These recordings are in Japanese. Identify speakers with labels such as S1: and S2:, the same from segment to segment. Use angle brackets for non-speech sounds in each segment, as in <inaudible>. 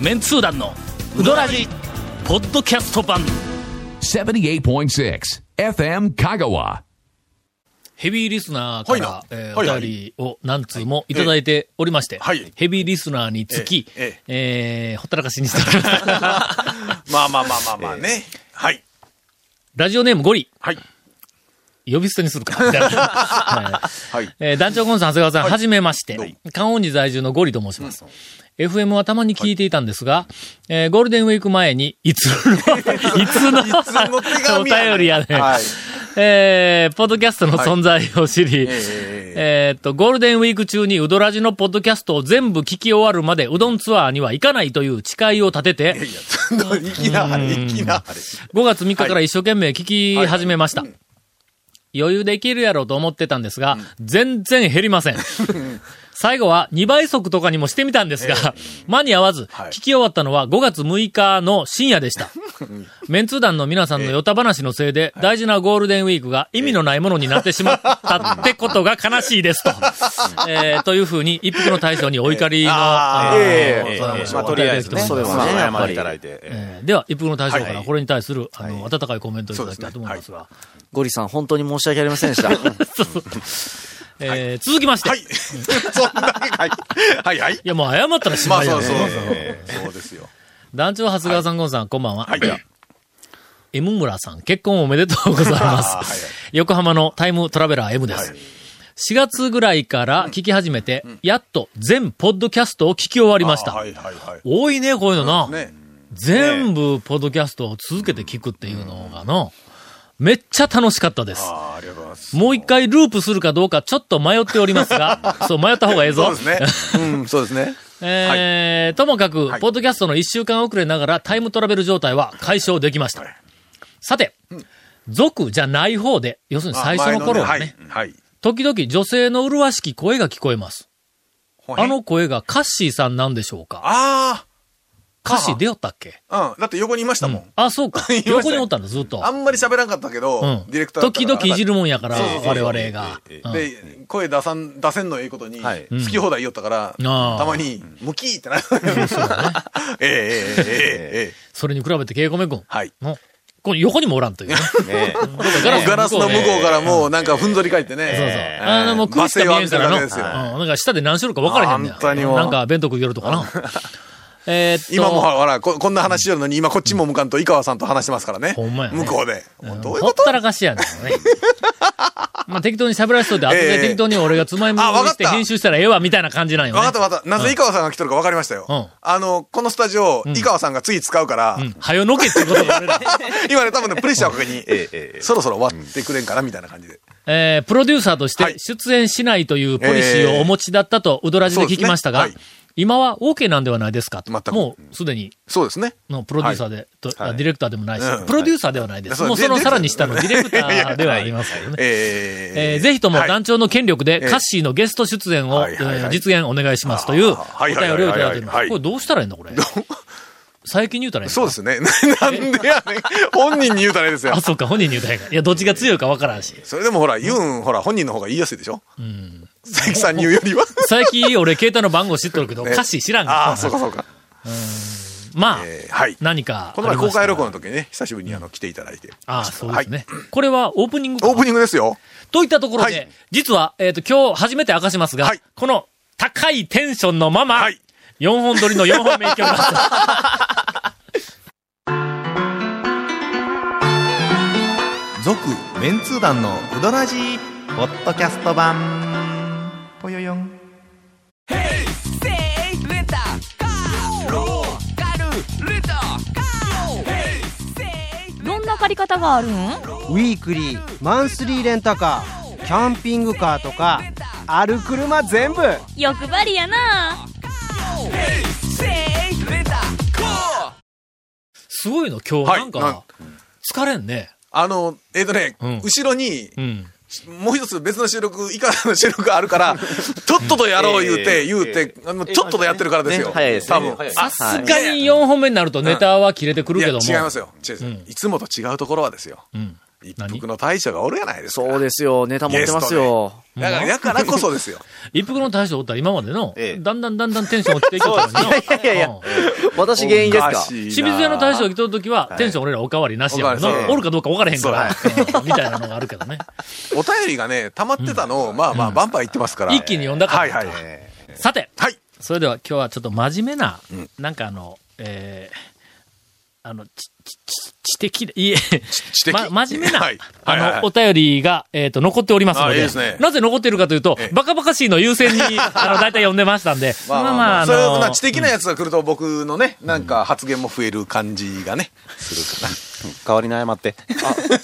S1: メンツー団のウドラジポッドキャスト版
S2: 78.6 FM Kagawa.
S3: ヘビーリスナーから、
S4: はいな
S3: えー
S4: はい
S3: お
S4: は
S3: 便
S4: い
S3: りを何通もいただいておりまして、
S4: はい
S3: ヘビーリスナーにつき、え
S4: ええ
S3: ーほったらかしにしております。
S4: まあまあまあまあまあね。はい。
S3: ラジオネームゴリ、
S4: はい。
S3: 呼び捨てにす
S1: <laughs>
S3: るか。みたいなはい
S4: はい。
S3: えー団長コンさん、長谷川さん、は
S4: はい
S3: じめまして
S4: どうも。
S3: 関音寺在住のゴリと申します。FM はたまに聞いていたんですが、えーゴールデンウィーク前に、いつ <laughs> の、い
S4: <laughs>
S3: つの、
S4: つの手
S3: お
S4: 紙やね
S3: 便りやね、
S4: はい
S3: えーポッドキャストの存在を知り、
S4: ええ
S3: えーっと、ゴールデンウィーク中にうどらじのポッドキャストを全部聞き終わるまでうどんツアーには行かないという誓いを立てて、
S4: いや、ちょっと、いきなり、いきなり。
S3: 5月3日から一生懸命聞き始めました。余裕できるやろうと思ってたんですが、全然減りませ
S4: <laughs>
S3: ん。最後は2倍速とかにもしてみたんですが、間に合わず、
S4: はい
S3: 聞き終わったのは5月6日の深夜でした。メンツー団の皆さんのヨタ話のせいで、大事なゴールデンウィークが意味のないものになってしまったってことが悲しいです
S4: <laughs>
S3: と。えーというふうに、一服の大将にお怒りの、
S4: ああ、
S3: えー
S4: ええ
S3: お便り
S4: まあ、とりあえず
S3: お便りが来てま
S4: ね、
S3: す
S4: それはね、謝りいただいて。ええ
S3: えーでは、一風の大将か
S4: は
S3: ら
S4: い
S3: これに対する、あの、温かいコメントをいただきたいと思いますが。
S5: ゴリさん、本当に申し訳ありませんで
S6: <laughs>
S5: した。
S3: えー続きまして。、
S4: はいい。 <laughs> そんな、はい。はい、はい。
S3: や、もう謝ったらし
S4: ま
S3: ま
S4: あ、
S3: い
S4: そ
S3: よ、
S4: う
S3: ね。
S4: そう。ええそうですよ。
S3: 団長、長谷川さん、ゴンさん、こんばんは。
S4: はい。は
S3: M 村さん、結婚おめでとうございます。
S4: あーはい
S3: 横浜のタイムトラベラー M です。
S4: い
S3: 4月ぐらいから聞き始めて、やっと全ポッドキャストを聞き終わりました。
S4: あはい、はい、は
S3: 多いね、こういうのな。
S4: い。ね。
S3: 全部、ポッドキャストを続けて聞くっていうのがの、めっちゃ楽しかったです。
S4: ああ、ありがとうございます。
S3: もう一回ループするかどうかちょっと迷っております
S4: <laughs>
S3: が、そう、迷った方がええぞ。
S4: そうですね。うん、そうですね。
S3: えーともかく、
S4: はい
S3: ポッドキャストの1週間遅れながらタイムトラベル状態は解消できました。
S4: はい
S3: さて、族じゃない方で、要するに <laughs> 最初の頃はね、
S4: あ。前のはい。
S3: 時々女性の麗しき声が聞こえます。
S4: はい
S3: あの、声がカッシーさんなんでしょうか
S4: あ
S3: カッシー出よったっけ
S4: あ、うん。だって横にいましたもん。
S3: あ、そう
S4: <laughs>
S3: か
S4: いまし。たよ
S3: 横におったんだ、ずっと
S4: あ。んまり喋らんかったけど、
S3: うん。
S4: ディレクターだった
S3: 時
S4: から
S3: 々いじるもんやから
S4: そうそう、そう
S3: 我々が。うん
S4: で、声出さん、出せんのええことに、
S5: はい
S4: 好き放題言おったから、
S3: あー
S4: たまに、ムキーってなる。 <laughs> ええええええええ
S3: それに比べて、ケイコメ君。
S4: はい。
S3: のこれ横にもおらん
S4: <laughs>
S3: というね。
S5: ね
S3: どうか
S4: もうガラスの向こうからもうなんかふんぞり返って
S3: そうそう。
S4: ね。
S3: あの、もう首しか見えんからの。
S4: 罵
S3: う
S4: 声
S3: ん
S4: を浴びてるだけですよ
S3: なんか下で何種類か分からへんねん。
S4: 本当にもう
S3: なんか弁当食いよるとかな。 <laughs> えーっと。
S4: 今もほら、ここんな話しよるのに、今こっちも向かんと井川さんと話してますからね。
S3: ほんまやね
S4: 向こうで。もうどういう
S3: ほ
S4: こ
S3: っ
S4: と
S3: たらかしやねんね。 <laughs> まあ適当に喋らしといて、後
S4: え
S3: で
S4: え
S3: 適当に俺がつまみ
S4: あわ
S3: に
S4: かっ
S3: して
S4: た
S3: 編集したらええわ、みたいな感じなんよね。
S4: わかったわかった。なぜ井川さんが来とるかわかりましたよ。
S3: うん
S4: あの、このスタジオ、井川さんが次使うから、
S3: うん。はよのけってことで俺ら
S4: <laughs> 今ね多分ね、プレッシャーをかけに、
S5: <laughs> ええ
S4: そろそろ終わってくれんかなみたいな感じで。
S3: えープロデューサーとし
S4: は
S3: て
S4: い
S3: 出演しないというポリシーをお持ちだったと、うどらじで聞きましたが
S4: そうですね、
S3: 今は OK なんではないですかと
S4: 全く
S3: もうすでに
S4: そうですね。
S3: のプロデューサーで、とあディレクターでもないし、
S4: うん
S3: プロデューサーではないです。
S4: はい
S3: もうその
S4: そう
S3: さらに下のディレクタ
S4: <laughs> いやい
S3: ー
S4: や
S3: ではありますけどね。
S4: ええ
S3: えーぜひとも
S4: はい
S3: 団長の権力で
S4: え
S3: カッシーのゲスト出演を
S4: はい
S3: え
S4: はいはい
S3: ー実現お願いしますというお
S4: あはい
S3: 便
S4: はいはい
S3: りをいただいておりま
S4: は
S3: す。
S4: い
S3: これどうしたらいいん
S4: <laughs>
S3: だこれ。最近に言うたらいいの
S4: そうですね。ななんでやねん。本人に言うたらいいですよ
S3: あ、。そうか、本人に言うたらいいか。いや、どっちが強いかわからんし。
S4: それでもほら、言うん、ほら、本人の方が言いやすいでしょうん。関さんに言うよりは。
S3: 最近俺携帯の番号知っとるけど、
S4: ね
S3: カッシー知らん
S4: あ
S3: か
S4: あ、そうかそうか。
S3: ら。まあ、
S4: えーはい。
S3: 何かあ
S4: こ
S3: り
S4: の
S3: ま
S4: 前
S3: したら。
S4: 公開録音の時にね、久しぶりにあの、来ていただいて。
S3: ああ、そうですね。これはオープニングか
S4: オープニングですよ。
S3: といったところで、
S4: はい
S3: 実は、えっ、と、今日初めて明かしますが、
S4: はい
S3: この高いテンションのまま、
S4: はい
S3: 4本撮りの4本目いきます。
S4: <laughs>
S6: 続メンツー団のウドラジーポッドキャスト版ぽよよん
S7: どんな借り方があるん
S8: ウィークリーマンスリーレンタカーキャンピングカーとかある車全部
S7: 欲張りやな
S3: すごいの、今日
S4: はい
S3: なんか、
S4: なん
S3: 疲れんね。
S4: あの、えっ、とね、
S3: うん
S4: 後ろに、
S3: うん。
S4: もう一つ別の収録、以下の収録があるから、ちょっととやろう言うて、言うて、あのちょっととやってるからですよ。
S5: ね早いですね
S4: 多分。
S3: さ
S4: あ
S3: すがに4本目になるとネタは切れてくるけども。
S4: いや違いますよ。違います、
S3: うん
S4: いつもと違うところはですよ。
S3: うん。
S4: 一服の大将がおるやないですか。
S5: そうですよ。ネタ持ってますよ。
S4: だから、だからこそです <laughs> よ。
S3: 一服の大将おったら今までの、
S6: ええ
S3: だんだんだんだんテンション落ちていくからな。
S5: いやいやいや
S3: うん
S5: 私原因です
S4: お
S5: か
S4: しいな
S3: 清水屋の大将が来とるときは、テンション俺らおかわりなしやもんな
S4: おかわりなし
S3: おるかどうか分からへんから、うんみたいなのがあるけどね。
S4: お便りがね、溜まってたのを、まあまあ、バンバン言ってますから。
S3: 一気に読んだから
S4: はいはい。
S3: さて、
S4: はい。
S3: それでは今日はちょっと真面目な、なんかあの、えー、あの、ち、ち、ち知的で、いえ、
S4: 的
S3: ま、真面目な、
S4: はいはいはい
S3: あの、お便りが、えっ、と、残っておりますの
S4: あい
S3: で
S4: いですね
S3: なぜ残っているかというと
S4: ええ、
S3: バカバカしいの優先に、あの、
S4: <laughs>
S3: 大体読んでましたんで、まあまあ、あ
S4: それをな
S3: の、
S4: 知的なやつが来ると僕のね、なんか発言も増える感じがね、するかな。
S6: 代わりに謝って。 <laughs>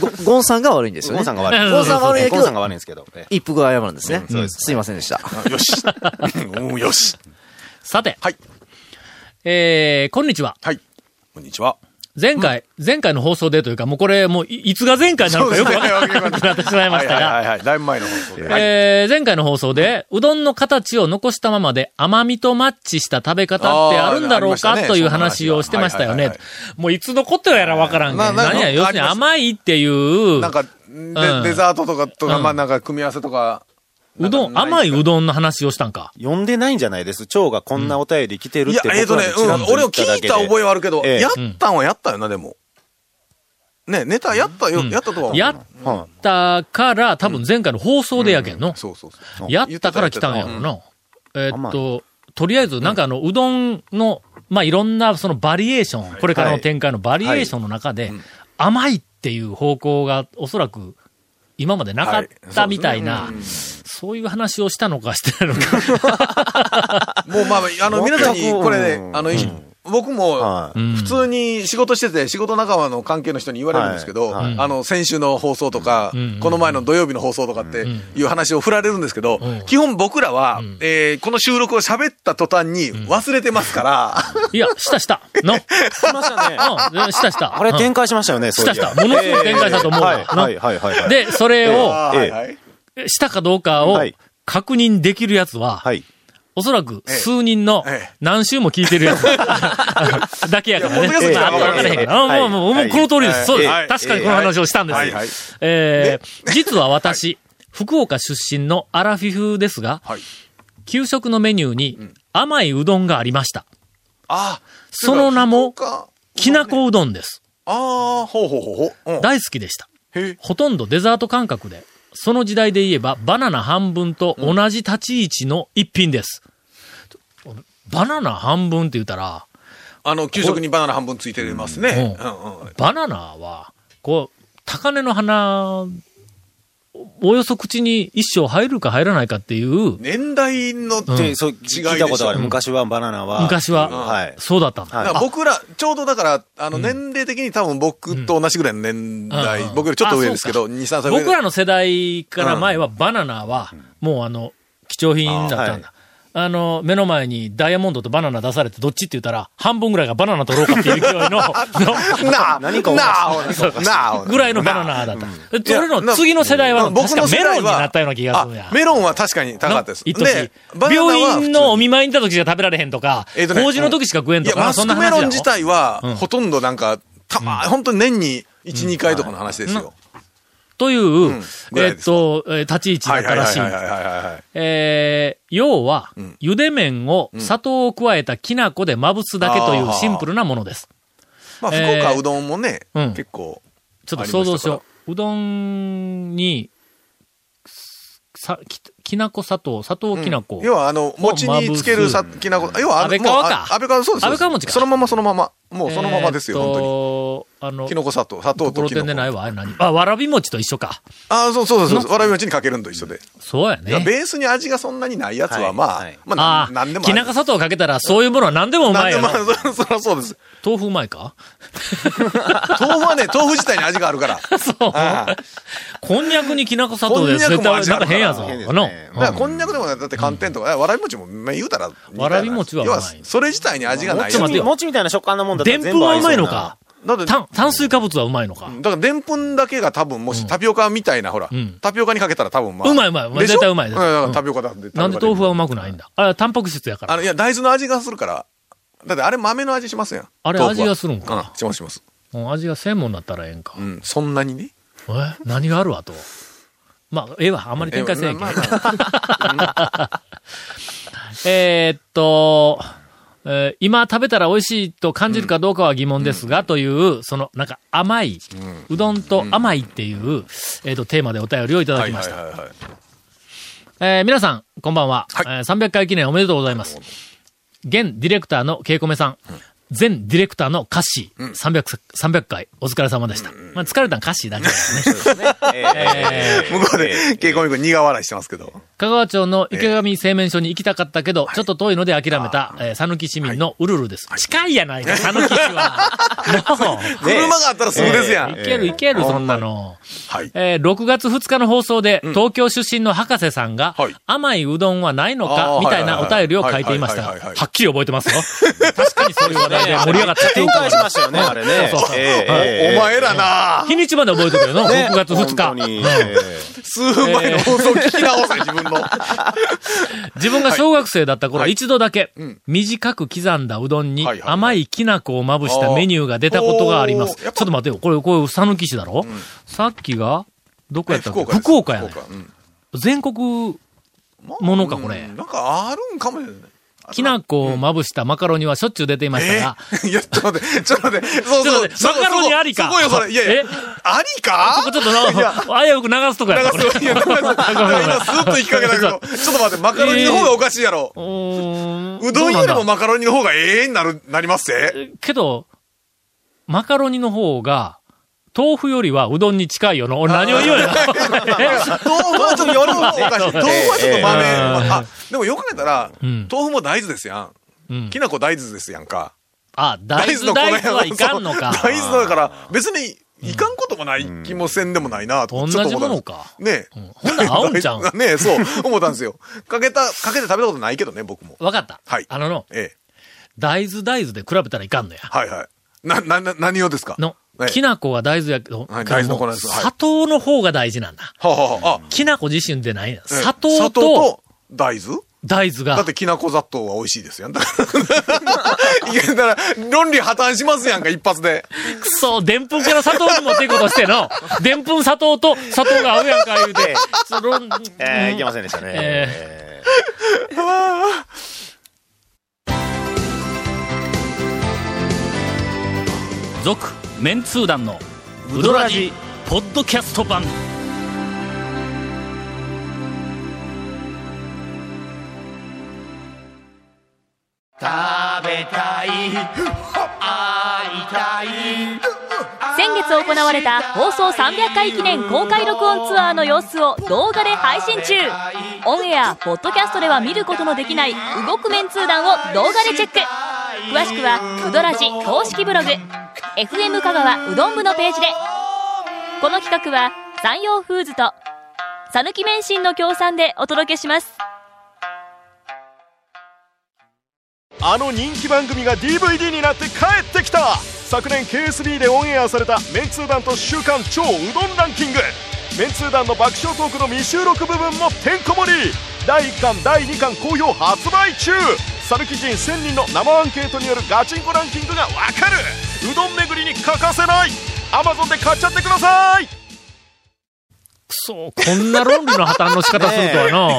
S5: ゴゴンさんが悪いんですよ
S6: ゴ
S5: ね。
S6: ンさんが悪い。
S5: ゴンさんが悪いんやけ
S6: ゴンさんが
S5: ど、
S6: 悪いんですけど。え
S5: 一服が謝るんですね。
S6: そうです
S5: すいませんでした。
S4: あよし。うんよし。
S3: さて、
S4: はい。
S3: えー、こんにちは。
S4: はい。こんにちは。
S3: 前回、前回の放送でというか、もうこれ、もうい、いつが前回なのかよくわからなくなってしまいました
S4: はいは
S3: が、
S4: いはい。だいぶ前の放送で。はい
S3: えー前回の放送で、うどんの形を残したままで甘みとマッチした食べ方ってあるんだろう
S4: あ
S3: か、
S4: ーありましたね
S3: という話をしてましたよ
S4: はい
S3: ね
S4: はいはい。
S3: もういつのことやらわからんけど、
S4: なな
S3: 何や、
S4: な
S3: 要するに
S4: ありました
S3: 甘いっていう
S4: なん、か、で
S3: ん
S4: デザートとか、とか、
S3: うん
S4: まあなんか組み合わせとか。
S3: うどん、甘いうどんの話をしたんか。
S6: 呼んでないんじゃないです。蝶がこんなお便り来てるっ
S4: い
S6: て
S4: や、
S6: 僕は
S4: えっとね、
S6: ち
S4: うん
S6: らっと、
S4: 俺
S6: 言
S4: を
S6: っ
S4: 聞
S6: ただ
S4: い
S6: けで
S4: た覚えはあるけど、
S6: ええ
S4: やったんはやったよな、でも。ね、ネタやったよ、やったとは思う。
S3: やったから、多分前回の放送でやけんの。
S4: そうそうそう。
S3: やったから来たんやろな。えーっ
S6: 甘
S3: と、とりあえず、なんかあの、うどんの、まあ、いろんな、そのバリエーション、これからの展開のバリエーションの中で、甘いっていう方向が、おそらく、今までなかったみたいな、そういう話をしたのかしてないのか。
S4: もうまあ、あの、皆さんに、これね、あの、い僕も
S6: は、い
S4: 普通に仕事してて、仕事仲間の関係の人に言われるんですけど、
S6: はい
S4: あの、先週の放送とか、
S3: うん
S4: この前の土曜日の放送とかっていう話を振られるんですけど、
S3: うん
S4: 基本僕らは、
S3: ん
S4: えーこの収録を喋った途端に忘れてますから、
S3: <laughs> <laughs> いや、したした。の。うん、
S6: しましたね。
S3: したした。
S6: あれ
S3: うん
S6: 展開しましたよね、そういえ
S3: した
S6: ば
S3: したものすごい展開したと思うわ
S6: ええはいはいはいはい。、
S3: で、それを、
S4: あ <laughs> ーはいはい
S3: したかどうかを
S6: はい、
S3: 確認できるやつは、
S6: はい。
S3: おそらく
S4: え
S3: 数人の
S4: ええ
S3: 何週も聞いてるや
S4: <laughs>
S3: つだけやからね。まあわからへ
S4: いやポッドキャストじゃわかりませんけど
S3: んけどあ
S6: はい
S3: もうも
S6: は
S3: う
S6: い
S3: この通りで
S4: は
S3: す。
S4: い
S3: そうで
S4: は
S3: す。確
S4: い
S3: かにこの話をしたんで
S4: はいはい
S3: す。えー実は私、福岡出身のアラフィフですが、
S4: はい
S3: 給食のメニューに甘いうどんがありました。
S4: あー
S3: その名も
S4: そうか
S3: きなこうどんです。
S4: ああ、ほうほうほうほう。うん
S3: 大好きでした。
S4: へえ
S3: ほとんどデザート感覚で、その時代で言えばバナナ半分と同じ立ち位置の一品です。バナナ半分って言ったら、
S4: あの、給食にバナナ半分ついてますね。
S3: う
S4: うんうん
S3: バナナは、こう、高根の花、おおよそ口に一生入るか入らないかっていう、
S4: 年代の、だ
S6: で、そう、
S4: し
S6: 聞
S4: ょ
S6: いたことある。昔はバナナは。
S3: 昔
S6: は、。
S3: はいそうだったんだ。
S4: から僕ら、ちょうどだから、あの、年齢的に多分僕と同じぐらいの年代、
S3: うん
S4: 僕よりちょっと上ですけ
S3: あ
S4: ど、2、3歳上
S3: 僕らの世代から前はバナナは、もうあの、貴重品だったんだ。あの、目の前にダイヤモンドとバナナ出されて、どっちって言ったら、半分ぐらいがバナナ取ろうかっていう勢い
S4: <laughs>
S3: の、の
S4: なあ、何かなあ、ほらなあ、ほら
S3: ぐらいのバナナだった。
S4: いや
S3: それの次の世代は、
S4: 僕
S3: 確か
S4: の世
S3: メロン
S4: 代
S3: に
S4: は
S3: なったような気がするんや
S4: あ。メロンは確かに高かったです。
S3: 一時
S4: バナナは
S3: 病院のお
S4: 普通に
S3: 見舞いに行った時しか食べられへんとか、
S4: えーとね
S3: 法事の時しか食えん
S4: い
S3: と
S4: や、
S3: か、
S4: マ
S3: そ
S4: ス
S3: ん
S4: ク
S3: な
S4: メ
S3: 話
S4: ロ
S3: や
S4: ン
S3: ろ
S4: 自体は
S3: うん、
S4: ほとんどなんか、たま、本当に年に1、2回とかの話ですよ。
S3: という、
S4: んぐら
S3: え
S4: い
S3: っ
S4: です
S3: と、えー立ち位置だったらしい。
S4: はい。
S3: えー要は、
S4: ん
S3: 茹で麺を砂糖を加えたきな粉でまぶすだけという
S4: あー
S3: シンプルなものです。
S4: まあ、
S3: え
S4: 福
S3: ー
S4: 岡うどんもね、
S3: うん
S4: 結構、
S3: ちょっと想像しよう。うどんに、さ、き、きな粉砂糖、砂糖きな粉。
S4: 要はあの、餅につけるさ、
S3: まぶす
S4: きなこ、要はあの
S3: 安倍川か
S4: もうあ安倍川、そうです。
S3: 安倍川餅か
S4: そのままそのまま。もうそのままですよ、
S3: えーっ
S4: 本
S3: とあ
S4: 当
S3: の
S4: に。き、のこ砂糖、砂
S3: と
S4: 糖
S3: ことろ
S4: き
S3: て
S4: の
S3: ん
S4: こ
S3: で。ないわ。あれ何あ、わらび餅と一緒か。
S4: ああ、そうそうそうそう。わらび餅にかけるんと一緒で。
S3: そうや
S4: いや
S3: ね。
S4: ベースに味がそんなにないやつ
S6: は
S4: は、
S6: い
S4: まあ
S6: はい、
S4: ま
S3: あ
S4: あ、な
S3: あ
S4: んで、もあ
S3: き
S4: り。
S3: なか砂糖かけたら、そういうものは何でもうま
S4: ないんで
S3: や
S4: も
S3: ろ
S4: あ。り、そそらそうです。
S3: 豆腐うまいか
S4: 豆腐は
S3: <laughs>
S4: ね、豆腐自体に <laughs> 味があるから。だ
S3: そう。
S4: ああ
S3: こんにゃくにきなこ砂糖で
S4: こんにゃく
S3: 絶
S4: も
S3: 対
S4: 味
S3: なん
S4: あ
S3: か
S4: るか
S3: 変や
S4: ら
S3: ぞ。
S6: 変です
S3: あの
S6: ね
S4: から、こんにゃくでもねだって寒天とか、わらび餅も、まあ言うたら、
S3: わらび餅はう
S4: 要
S3: まい
S4: は、それ自体に味がない
S3: ちょっと待ってよ
S6: 餅みたいな食感なもんだった
S3: で
S6: ら
S3: ん
S6: 全
S3: ぷ
S6: 部
S3: んは
S6: 合
S3: う
S6: そう
S3: まい
S6: な
S3: のか。
S4: だって
S3: 炭、炭水化物はうまいのか。
S4: だから、でんぷんだけが多分、もしタピオカみたいな、ほら
S3: ん、
S4: タピオカにかけたら多分、まあ。
S3: うまいうまいうまい
S4: でしょ
S3: 絶対うまいです
S4: んだからタピオカだって。
S3: なんで
S4: タピオカ
S3: 豆腐はうまくないんだあれ、タンパク質やか
S4: あ
S3: ら。
S4: の、いや、大豆の味がするから。だってあれ豆の味しますやん。
S3: あれ
S4: 豆腐は
S3: 味がするんか
S4: うん、しますします。
S3: あうん味が専門だったらええんか
S4: う。ん、そんなにね。
S3: え何があるあと。まあ、ええわ。あんまり展開せえへんけど
S4: ええ。まあまあ
S3: えーっと、えー今食べたら美味しいと感じるかどうかは疑問ですが、という、その、なんか甘い、うどんと甘いっていう、えーっと、テーマでお便りをいただ
S4: は
S3: き
S4: い
S3: ま
S4: は
S3: し
S4: い
S3: た。 <laughs>
S4: はいはい。
S3: えー皆さん、こんばんは、
S4: はい
S3: えー300回記念おめでとうございます。現ディレクターのケイコメさん、前ディレクターのカッシー、300、300回お疲れ様でした。まあ、疲れたんカッシーだけですね。
S6: えー
S3: <laughs> えー
S4: 向こうで、ケイコミ君苦笑いしてますけど。
S3: 香川町の池上製麺所に行きたかったけど、ちょっと遠いので諦めた、えー、讃岐市民のウルルです。近いやないか、讃岐市は。も
S4: 車があったらすぐですや
S3: う、
S4: ん。
S3: いけるいける、そんなの。
S4: はい。
S3: えー6月2日の放送で、東京出身の博士さんが、
S4: はい
S3: 甘いうどんはないの
S4: あ
S3: か
S4: ー
S3: みたいなお便りを書いていましたが、
S4: はいはいはいはいはい
S3: はっきり覚えてますよ。確かにそういう話題で盛り上がったっていう
S6: 展
S3: か
S6: 開しまし
S3: <laughs>
S6: たよね、あれね。
S3: そうそうそう
S6: えーえー
S4: お前らな
S3: 日にちまで覚えてるよな、
S6: ね
S3: 6月2日
S6: 本。当にえー
S4: 数分前の放送聞き直せ、自分の。
S3: 自分が小学生だった頃、一度だけ、短く刻んだうどんに
S4: はいはいはい
S3: 甘いきな粉をまぶしたメニューが出たことがあります。
S4: おー
S3: ちょ
S4: や
S3: っ
S4: っぱ
S3: と待ってよ。これ、これ、讃岐市だろさっきが、どこやったっけ
S4: で
S3: <laughs>
S4: す
S3: 福岡やね
S4: 福。岡うん
S3: 全国、
S4: まあ
S3: ものかこれ
S4: うんなんかあるんかもしれない。
S3: きな粉をまぶしたマカロニはしょっちゅう出ていましたが、
S4: え <laughs> いや、ちょっと待って、ちょっと
S3: <laughs>
S4: 待って、そう
S3: ちょっと
S4: そう
S3: 待って
S4: そこ、
S3: マカロニ
S4: そこ
S3: ありか
S4: そこよ、それ。いやい
S3: え
S4: や、ありか
S3: ここちょっとな、危うく流すとこやった、これ。
S4: なんかそういや、なん
S3: <laughs>
S4: か今スーッと引っ掛けたけど、ちょっと待って、マカロニの方がおかしいやろ。
S3: うー
S4: うどんより
S3: な
S4: も
S3: だ
S4: マカロニの方がええになる、なりますぜ。
S3: けど、マカロニの方が、豆腐よりはうどんに近いよな。俺何を言う
S4: <laughs>
S3: やろ。
S4: 豆腐はちょっと夜もおかしい。豆腐はちょっと豆。
S3: ええ
S4: あ、でもよく寝たら、
S3: ん
S4: 豆腐も大豆ですや
S3: うん
S4: ん。きな粉大豆ですやんか。
S3: あ、大豆、大豆はいかんの
S4: <laughs>
S3: か。
S4: そう大豆のだから、別に、いかんこともない気もせんでもないなと、
S3: うん
S4: ちょっと思ったん
S3: 同
S4: で
S3: じものか
S4: すねえ。
S3: ほんなら合うんちゃ
S4: <laughs>
S3: うん
S4: ねえ、そう、思ったんですよ。かけた、かけて食べたことないけどね、僕も。
S3: わかった。
S4: はい
S3: あのの、
S4: ええ。
S3: 大豆大豆で比べたらいかんのや。
S4: はいはい。な、な、な何をですか
S3: の
S4: ええ、
S3: きな粉は大豆やけど、
S4: はい
S3: けども
S4: 大豆の粉ですはい
S3: 砂糖の方が大事なんだ。
S4: はあはあはあ。
S3: きな粉自身でないんだ。
S4: ええ
S3: 砂糖と
S4: 大豆
S3: 大豆
S4: だ
S3: が
S4: っ、てきな粉砂糖は美味しいですやん。だから、いやだから論理破綻しますやんか、一発で。
S3: くそ、でんぷんから砂糖に持っていこうとして
S4: <laughs>
S3: の、でんぷん砂糖と砂糖が合うやんか言うて、その、
S6: えーいけませんでしたね。
S3: え
S1: 続メンツー団のウドラジポッドキャスト版
S7: 先月行われた放送300回記念公開録音ツアーの様子を動画で配信中オンエアポッドキャストでは見ることのできない動く面通談を動画でチェック詳しくはうどらじ公式ブログ FM 香川うどん部のページでこの企画は山陽フーズと讃岐免震の協賛でお届けします
S9: あの人気番組が DVD になって帰ってきた昨年 KSB でオンエアされた「メンツー団と週刊超うどんランキング」メンツー団の爆笑トークの未収録部分もてんこ盛り第1巻第2巻好評発売中サルキ人1000人の生アンケートによるガチンコランキングがわかるうどん巡りに欠かせない Amazon で買っちゃってください
S3: そう、こんな論理の破綻の仕方するとは
S4: <laughs>
S3: の、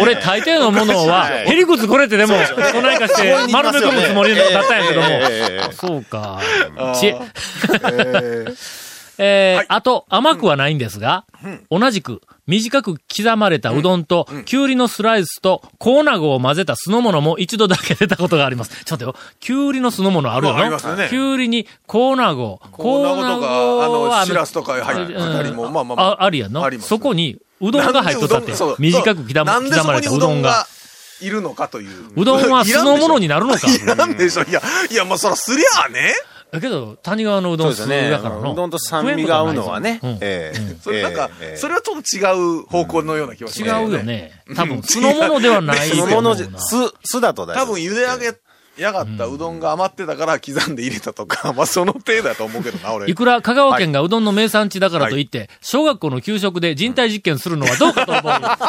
S3: 俺大抵のものは、へりくつこれてでも、こないかして丸め込むつもりだったんやけども、あそうか。ちえ。 <laughs> えーあと、甘くはないんですが、同じく、短く刻まれたうどんと、きゅうりのスライスと、コーナゴを混ぜた酢の物も一度だけ出たことがあります。ちょっと待ってよ。きゅうりの酢の物あるよ
S4: まああり
S3: な
S4: ますよね
S3: きゅうりにコーナゴ。
S4: こんなことか、あ
S3: は
S4: の、しらすとか入ってたりも、まあまあま
S3: あ、あるやんの
S4: あります
S3: そこに、うどんが入っとったって
S4: なんでうどんそう、
S3: 短く刻ま
S4: なんでそ
S3: 刻
S4: こ
S3: ま
S4: に
S3: れたうどんが。。
S4: いるのかという。
S3: うどんは酢の物に
S4: な
S3: なるのか。
S4: いらんでしょ。いや、いや、まあそらすりゃあね。
S3: だけど、谷川のうど
S6: そうんで
S3: 酢
S6: すね。
S3: だからの。
S6: うどんと酸味が合うのはね
S3: 食えん。ことないぞ
S6: えー
S4: それなんか
S6: え、ー
S4: それはちょっと違う方向のような気がします
S3: うん違うよ。ね。多分、酢の物ではないと
S6: そ
S3: 思
S6: の
S3: う
S4: <laughs>
S6: もの
S3: な。
S6: じ、酢、酢だと
S4: 多
S6: 大丈夫
S4: 分茹で上げやがったうどんが余ってたから刻んで入れたとか、まあその程度だと思うけどな、俺。
S3: いくら香川県がうどんの名産地だからといって、小学校の給食で人体実験するのはどうかと思う、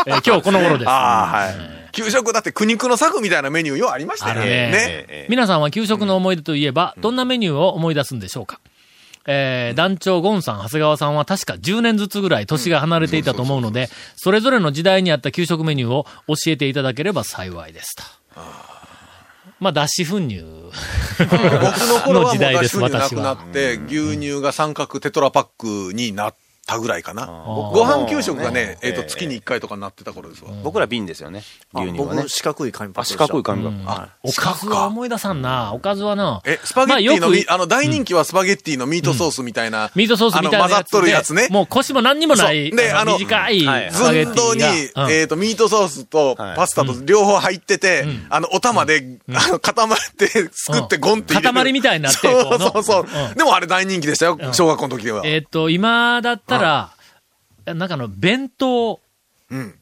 S3: えー今日この頃です。
S4: ああ、はい。給食だって苦肉の策みたいなメニューようありましたよ
S3: あるね
S4: ね。ね。
S6: えーえー
S3: 皆さんは給食の思い出といえば、どんなメニューを思い出すんでしょうか、えー団長ゴンさん、長谷川さんは確か10年ずつぐらい年が離れていたと思うので、それぞれの時代にあった給食メニューを教えていただければ幸いですと。まあ、脱脂粉乳
S4: 僕の頃は
S3: の
S4: もう
S3: 時代で
S4: 脱
S3: す
S4: 脂粉乳
S3: 私
S4: なくな
S3: は。
S4: って、牛乳が三角テトラパックになったぐらいかな。ご飯給食がね、えっと、月に一回とかなってた頃ですわ。
S10: 僕ら瓶ですよね。
S5: あ
S10: 牛乳はね
S5: 僕、。四角い紙パ
S10: あ、
S5: ッ
S10: 四
S5: クでした。
S10: 角い紙が。
S4: あ
S3: おかずは思い出さんな。おかずはな。
S4: え、スパゲッティの
S3: まあ
S4: み、
S3: よく
S4: あ、の、大人気はスパゲッティのミートソースみたいな。
S3: ミートソースみたいな
S4: あの混ざ
S3: や
S4: っ
S3: つ
S4: と
S3: で。
S4: るやつね。
S3: もう腰も何にもない。
S4: そうで
S3: あの
S4: あの
S3: 短い
S10: はい
S3: スパゲ
S4: 寸
S3: ッティが。
S4: 胴に、
S3: うん
S4: えっ、と、ミートソースと
S10: はい
S4: パスタと両方入ってて、あの、お玉で、あの、固まって、すくってゴンって入れる
S3: 塊みたいになって
S4: そう
S3: こうの
S4: そうそう
S3: うん
S4: でもあれ大人気でしたよ、
S3: うん
S4: 小学校の時では。
S3: えっ、と、今だったら、なんかあの、弁当、
S4: うん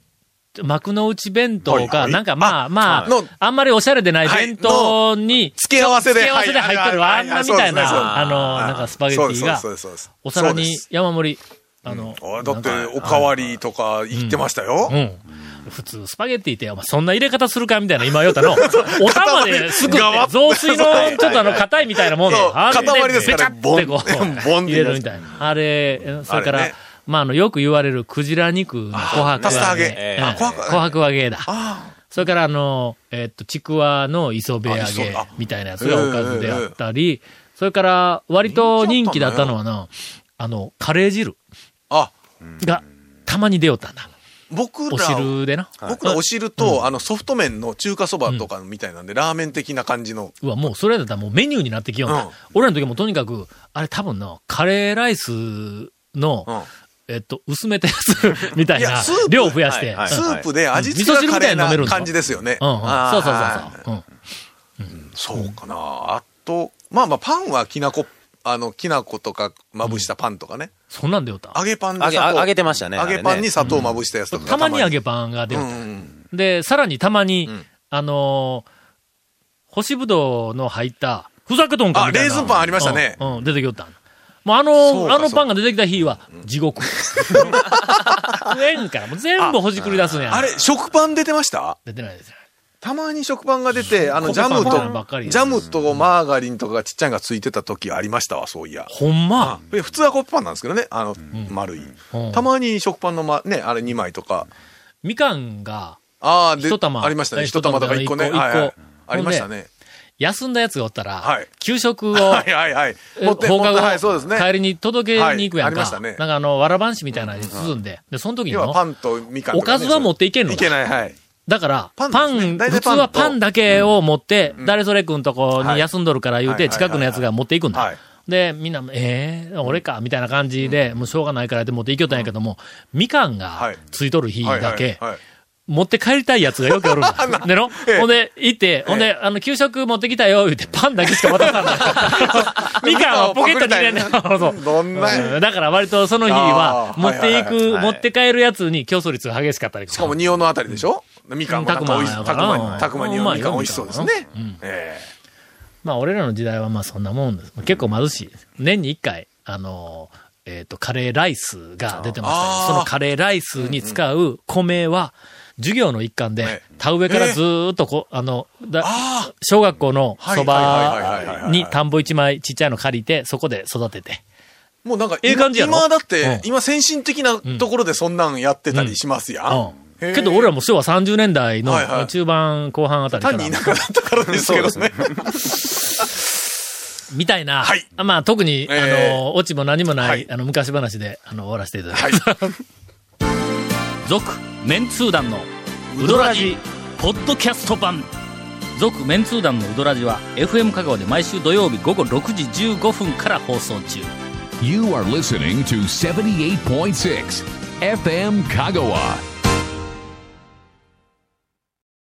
S3: 幕の内弁当
S4: は
S3: か、
S4: い
S3: なんかまあまあ
S4: の、
S3: あんまりおしゃれでない
S4: はい
S3: 弁当に、
S4: 付け合わせで。
S3: 付け合わせで入ってるわ、
S4: は
S3: あんなみたい
S4: はいはいはい
S3: な、あの、
S4: はい
S3: なんかスパゲッティが
S4: そう、ですそうですそうです
S3: お皿
S4: そう
S3: に
S4: です
S3: 山盛り、あの、
S4: あだっ
S3: なん
S4: て、
S3: か
S4: おかわりとか言ってましたよ。
S3: うん。普通、スパゲッティって、お前そんな入れ方するかみたいな、今言うた
S4: <laughs>
S3: の。お玉ですくって
S4: がわっ、
S3: 雑炊
S4: <laughs>
S3: の、ちょっとあの、硬いみたいなもんで
S4: そう、
S3: あんで
S4: 塊です
S3: べ
S4: から
S3: ちゃってこ
S4: ボンボン
S3: う、
S4: って
S3: 入れるみたいな。あれ、それか
S4: あ
S3: ら
S4: れね、
S3: まあ、あの、よく言われる、クジラ肉の琥
S4: パスタ
S3: 珀
S4: 揚
S3: 揚
S4: げ
S3: げ。
S4: あ
S3: うん
S4: 琥珀揚げ
S3: 琥珀揚げだ。それから、あの、えっと、ちくわの磯辺揚
S4: あ磯
S3: げ
S4: 辺あ
S3: みたいなやつがおかずであったり、それから、割と人気だったのはな、あの、カレー汁
S4: あ、
S3: が、たまに出よったんだ。
S4: 僕ら、
S3: お汁でな。
S4: 僕らお汁と、あの、ソフト麺の中華そばとかみたいなんで、ラーメン的な感じの。
S3: うわ、もうそれだったらもうメニューになってきような。
S4: うん
S3: 俺らの時もとにかく、あれ多分な、カレーライスの、
S4: うん
S3: えっと、薄めたやつみたい
S4: い
S3: な
S4: やスープ
S3: 量を増やして。
S10: はいはい
S4: スープで味付け
S3: 味噌汁
S4: がカ
S3: みた
S4: レ
S3: い
S4: ー
S3: に飲めるん
S4: な
S3: だ
S4: 感じですよね。
S3: うんうん
S4: あー
S3: そうそうそうそう。
S4: そうかな。あと、まあまあ、パンはきなこ、あの、きなことかまぶしたパンとかね。
S3: そんなんでよった。
S4: 揚げパンで
S10: 揚げ、
S4: 砂糖
S10: 揚げてましたね。
S4: 揚げパンに
S10: さ、
S4: 砂糖まぶしたやつとか。
S3: たまに揚げ
S4: パ
S3: パンが出
S4: う
S3: よっ
S4: ん
S3: た。
S4: うん。
S3: で、さらにたまに、
S4: ん
S3: あのー干しぶどうの入った、ふざけとんかみたいな。
S4: あレーズンパンありましたね
S3: うん、うん出てきよったん。もうあの
S4: そう
S3: ー、
S4: か
S3: あのパンが出てきた日は、地獄。
S4: <laughs>
S3: 食えんから、もう全部ほじくり出すんや。
S4: あれ、食パン出てました
S3: 出てないですよ。
S4: たまに食パンが出て、あの、ジャム
S3: 米パンばっか
S4: と、
S3: り
S4: ジャムとマーガリンとかがちっちゃいのがついてた時ありましたわ、そういや。
S3: ほんま。
S4: で普通はコッペパンなんですけどね、あの、丸い
S3: うん。
S4: たまに食パンのま、ね、あれ2枚とか。
S3: みかんが、
S4: ああ、で、
S3: 一玉
S4: ありましたね。
S3: え
S4: 一玉とか1個ね。
S3: 一玉
S4: はいは
S3: 一
S4: い
S3: 個。
S4: ありましたね。
S3: 休んだやつがおったら、
S4: はい
S3: 給食を、
S4: <laughs> はいはいはい。
S3: え
S4: 持って、
S3: 放
S4: 持
S3: 課
S4: って、
S3: 後、
S4: はい、そうですね。
S3: 帰りに届けに行くやんか。
S4: はいありましたね
S3: なんかあの、わらばんしみたいなのに包んで、で、その時に
S4: 要は
S3: の、
S4: パンとみかん
S3: お
S4: とかね、
S3: かずは持っていけんの
S4: いけない、はい。
S3: だから、パ
S4: パ
S3: ン、
S4: ンですね大
S3: 普通
S4: 体パンと
S3: はパンだけを持って、誰それくんとこ
S4: は
S3: に
S4: い
S3: 休んどるから言うて、
S4: はいはいはい
S3: 近くのやつが持っていくんだ。
S4: はい
S3: で、みんな、えー、俺か、みたいな感じで、もうしょうがないからって持っていきよったんやけども、みかん
S4: は
S3: が
S4: い
S3: ついとる日
S4: はい
S3: だけ、
S4: はいはい
S3: 持って帰りたいやつがよくおるん
S4: <laughs>
S3: だ。での、
S4: ええ
S3: ほんで、行って、ほんで、あの、給食持ってきたよ、言うて、パンだけしか渡さない。
S4: <laughs>
S3: みかんをポケットに入れんねん。そう
S4: どんな
S3: うんだから割とその日は
S4: あ、ー
S3: 持ってい
S4: はい
S10: い
S3: く、
S10: はい
S3: 持って帰るやつに競争率が激しかったりと
S4: しかも、仁王のあたりでしょみかんもなんか美味し
S3: た
S4: い。た
S3: く
S4: く
S3: まんやから
S4: ま、たくま仁
S3: うま
S4: 王
S3: い
S4: み
S3: よ
S4: かん美味しそうですね
S3: みかんもなうん。
S4: え
S3: まあ、俺らの時代はまあそんなもんです。結構貧しいです。年に一回、あのー、えっ、と、カレーライスが出てましたけど
S4: あー
S3: そのカレーライスに使う米は、授業の一環
S4: は
S3: で
S4: い、
S3: 田植えからずーっとこう、あの、だ
S4: あ
S3: 小学校のそ
S4: はいはいはいはいはい
S3: ば
S4: はい
S3: に田んぼ一枚ちっちゃいの借りて、そこで育てて。
S4: えもうなんか
S3: ええ
S4: 今、
S3: 感じやろ
S4: 今だっ
S3: うん
S4: て、今先進的なところでそんなんやってたりしますやん。
S3: う
S4: へ
S3: ん。
S4: え
S3: けど俺らも昭和30年代の
S4: はいはい
S3: 中盤後半あたりか
S4: 単
S3: ら
S4: に、田舎だったからですけどね。
S3: みたいな、
S4: はい
S3: まあ特に、
S4: ええ
S3: あの、オチも何もない、
S4: はい
S3: あの、昔話で、あの、終わらせていただきます。
S4: はい。
S1: 続メンツー団のウドラジポッドキャスト版続メンツー団のウドラジは FM 香川で毎週土曜日午後6時15分から放送中
S2: You are listening to 78.6 FM Kagawa.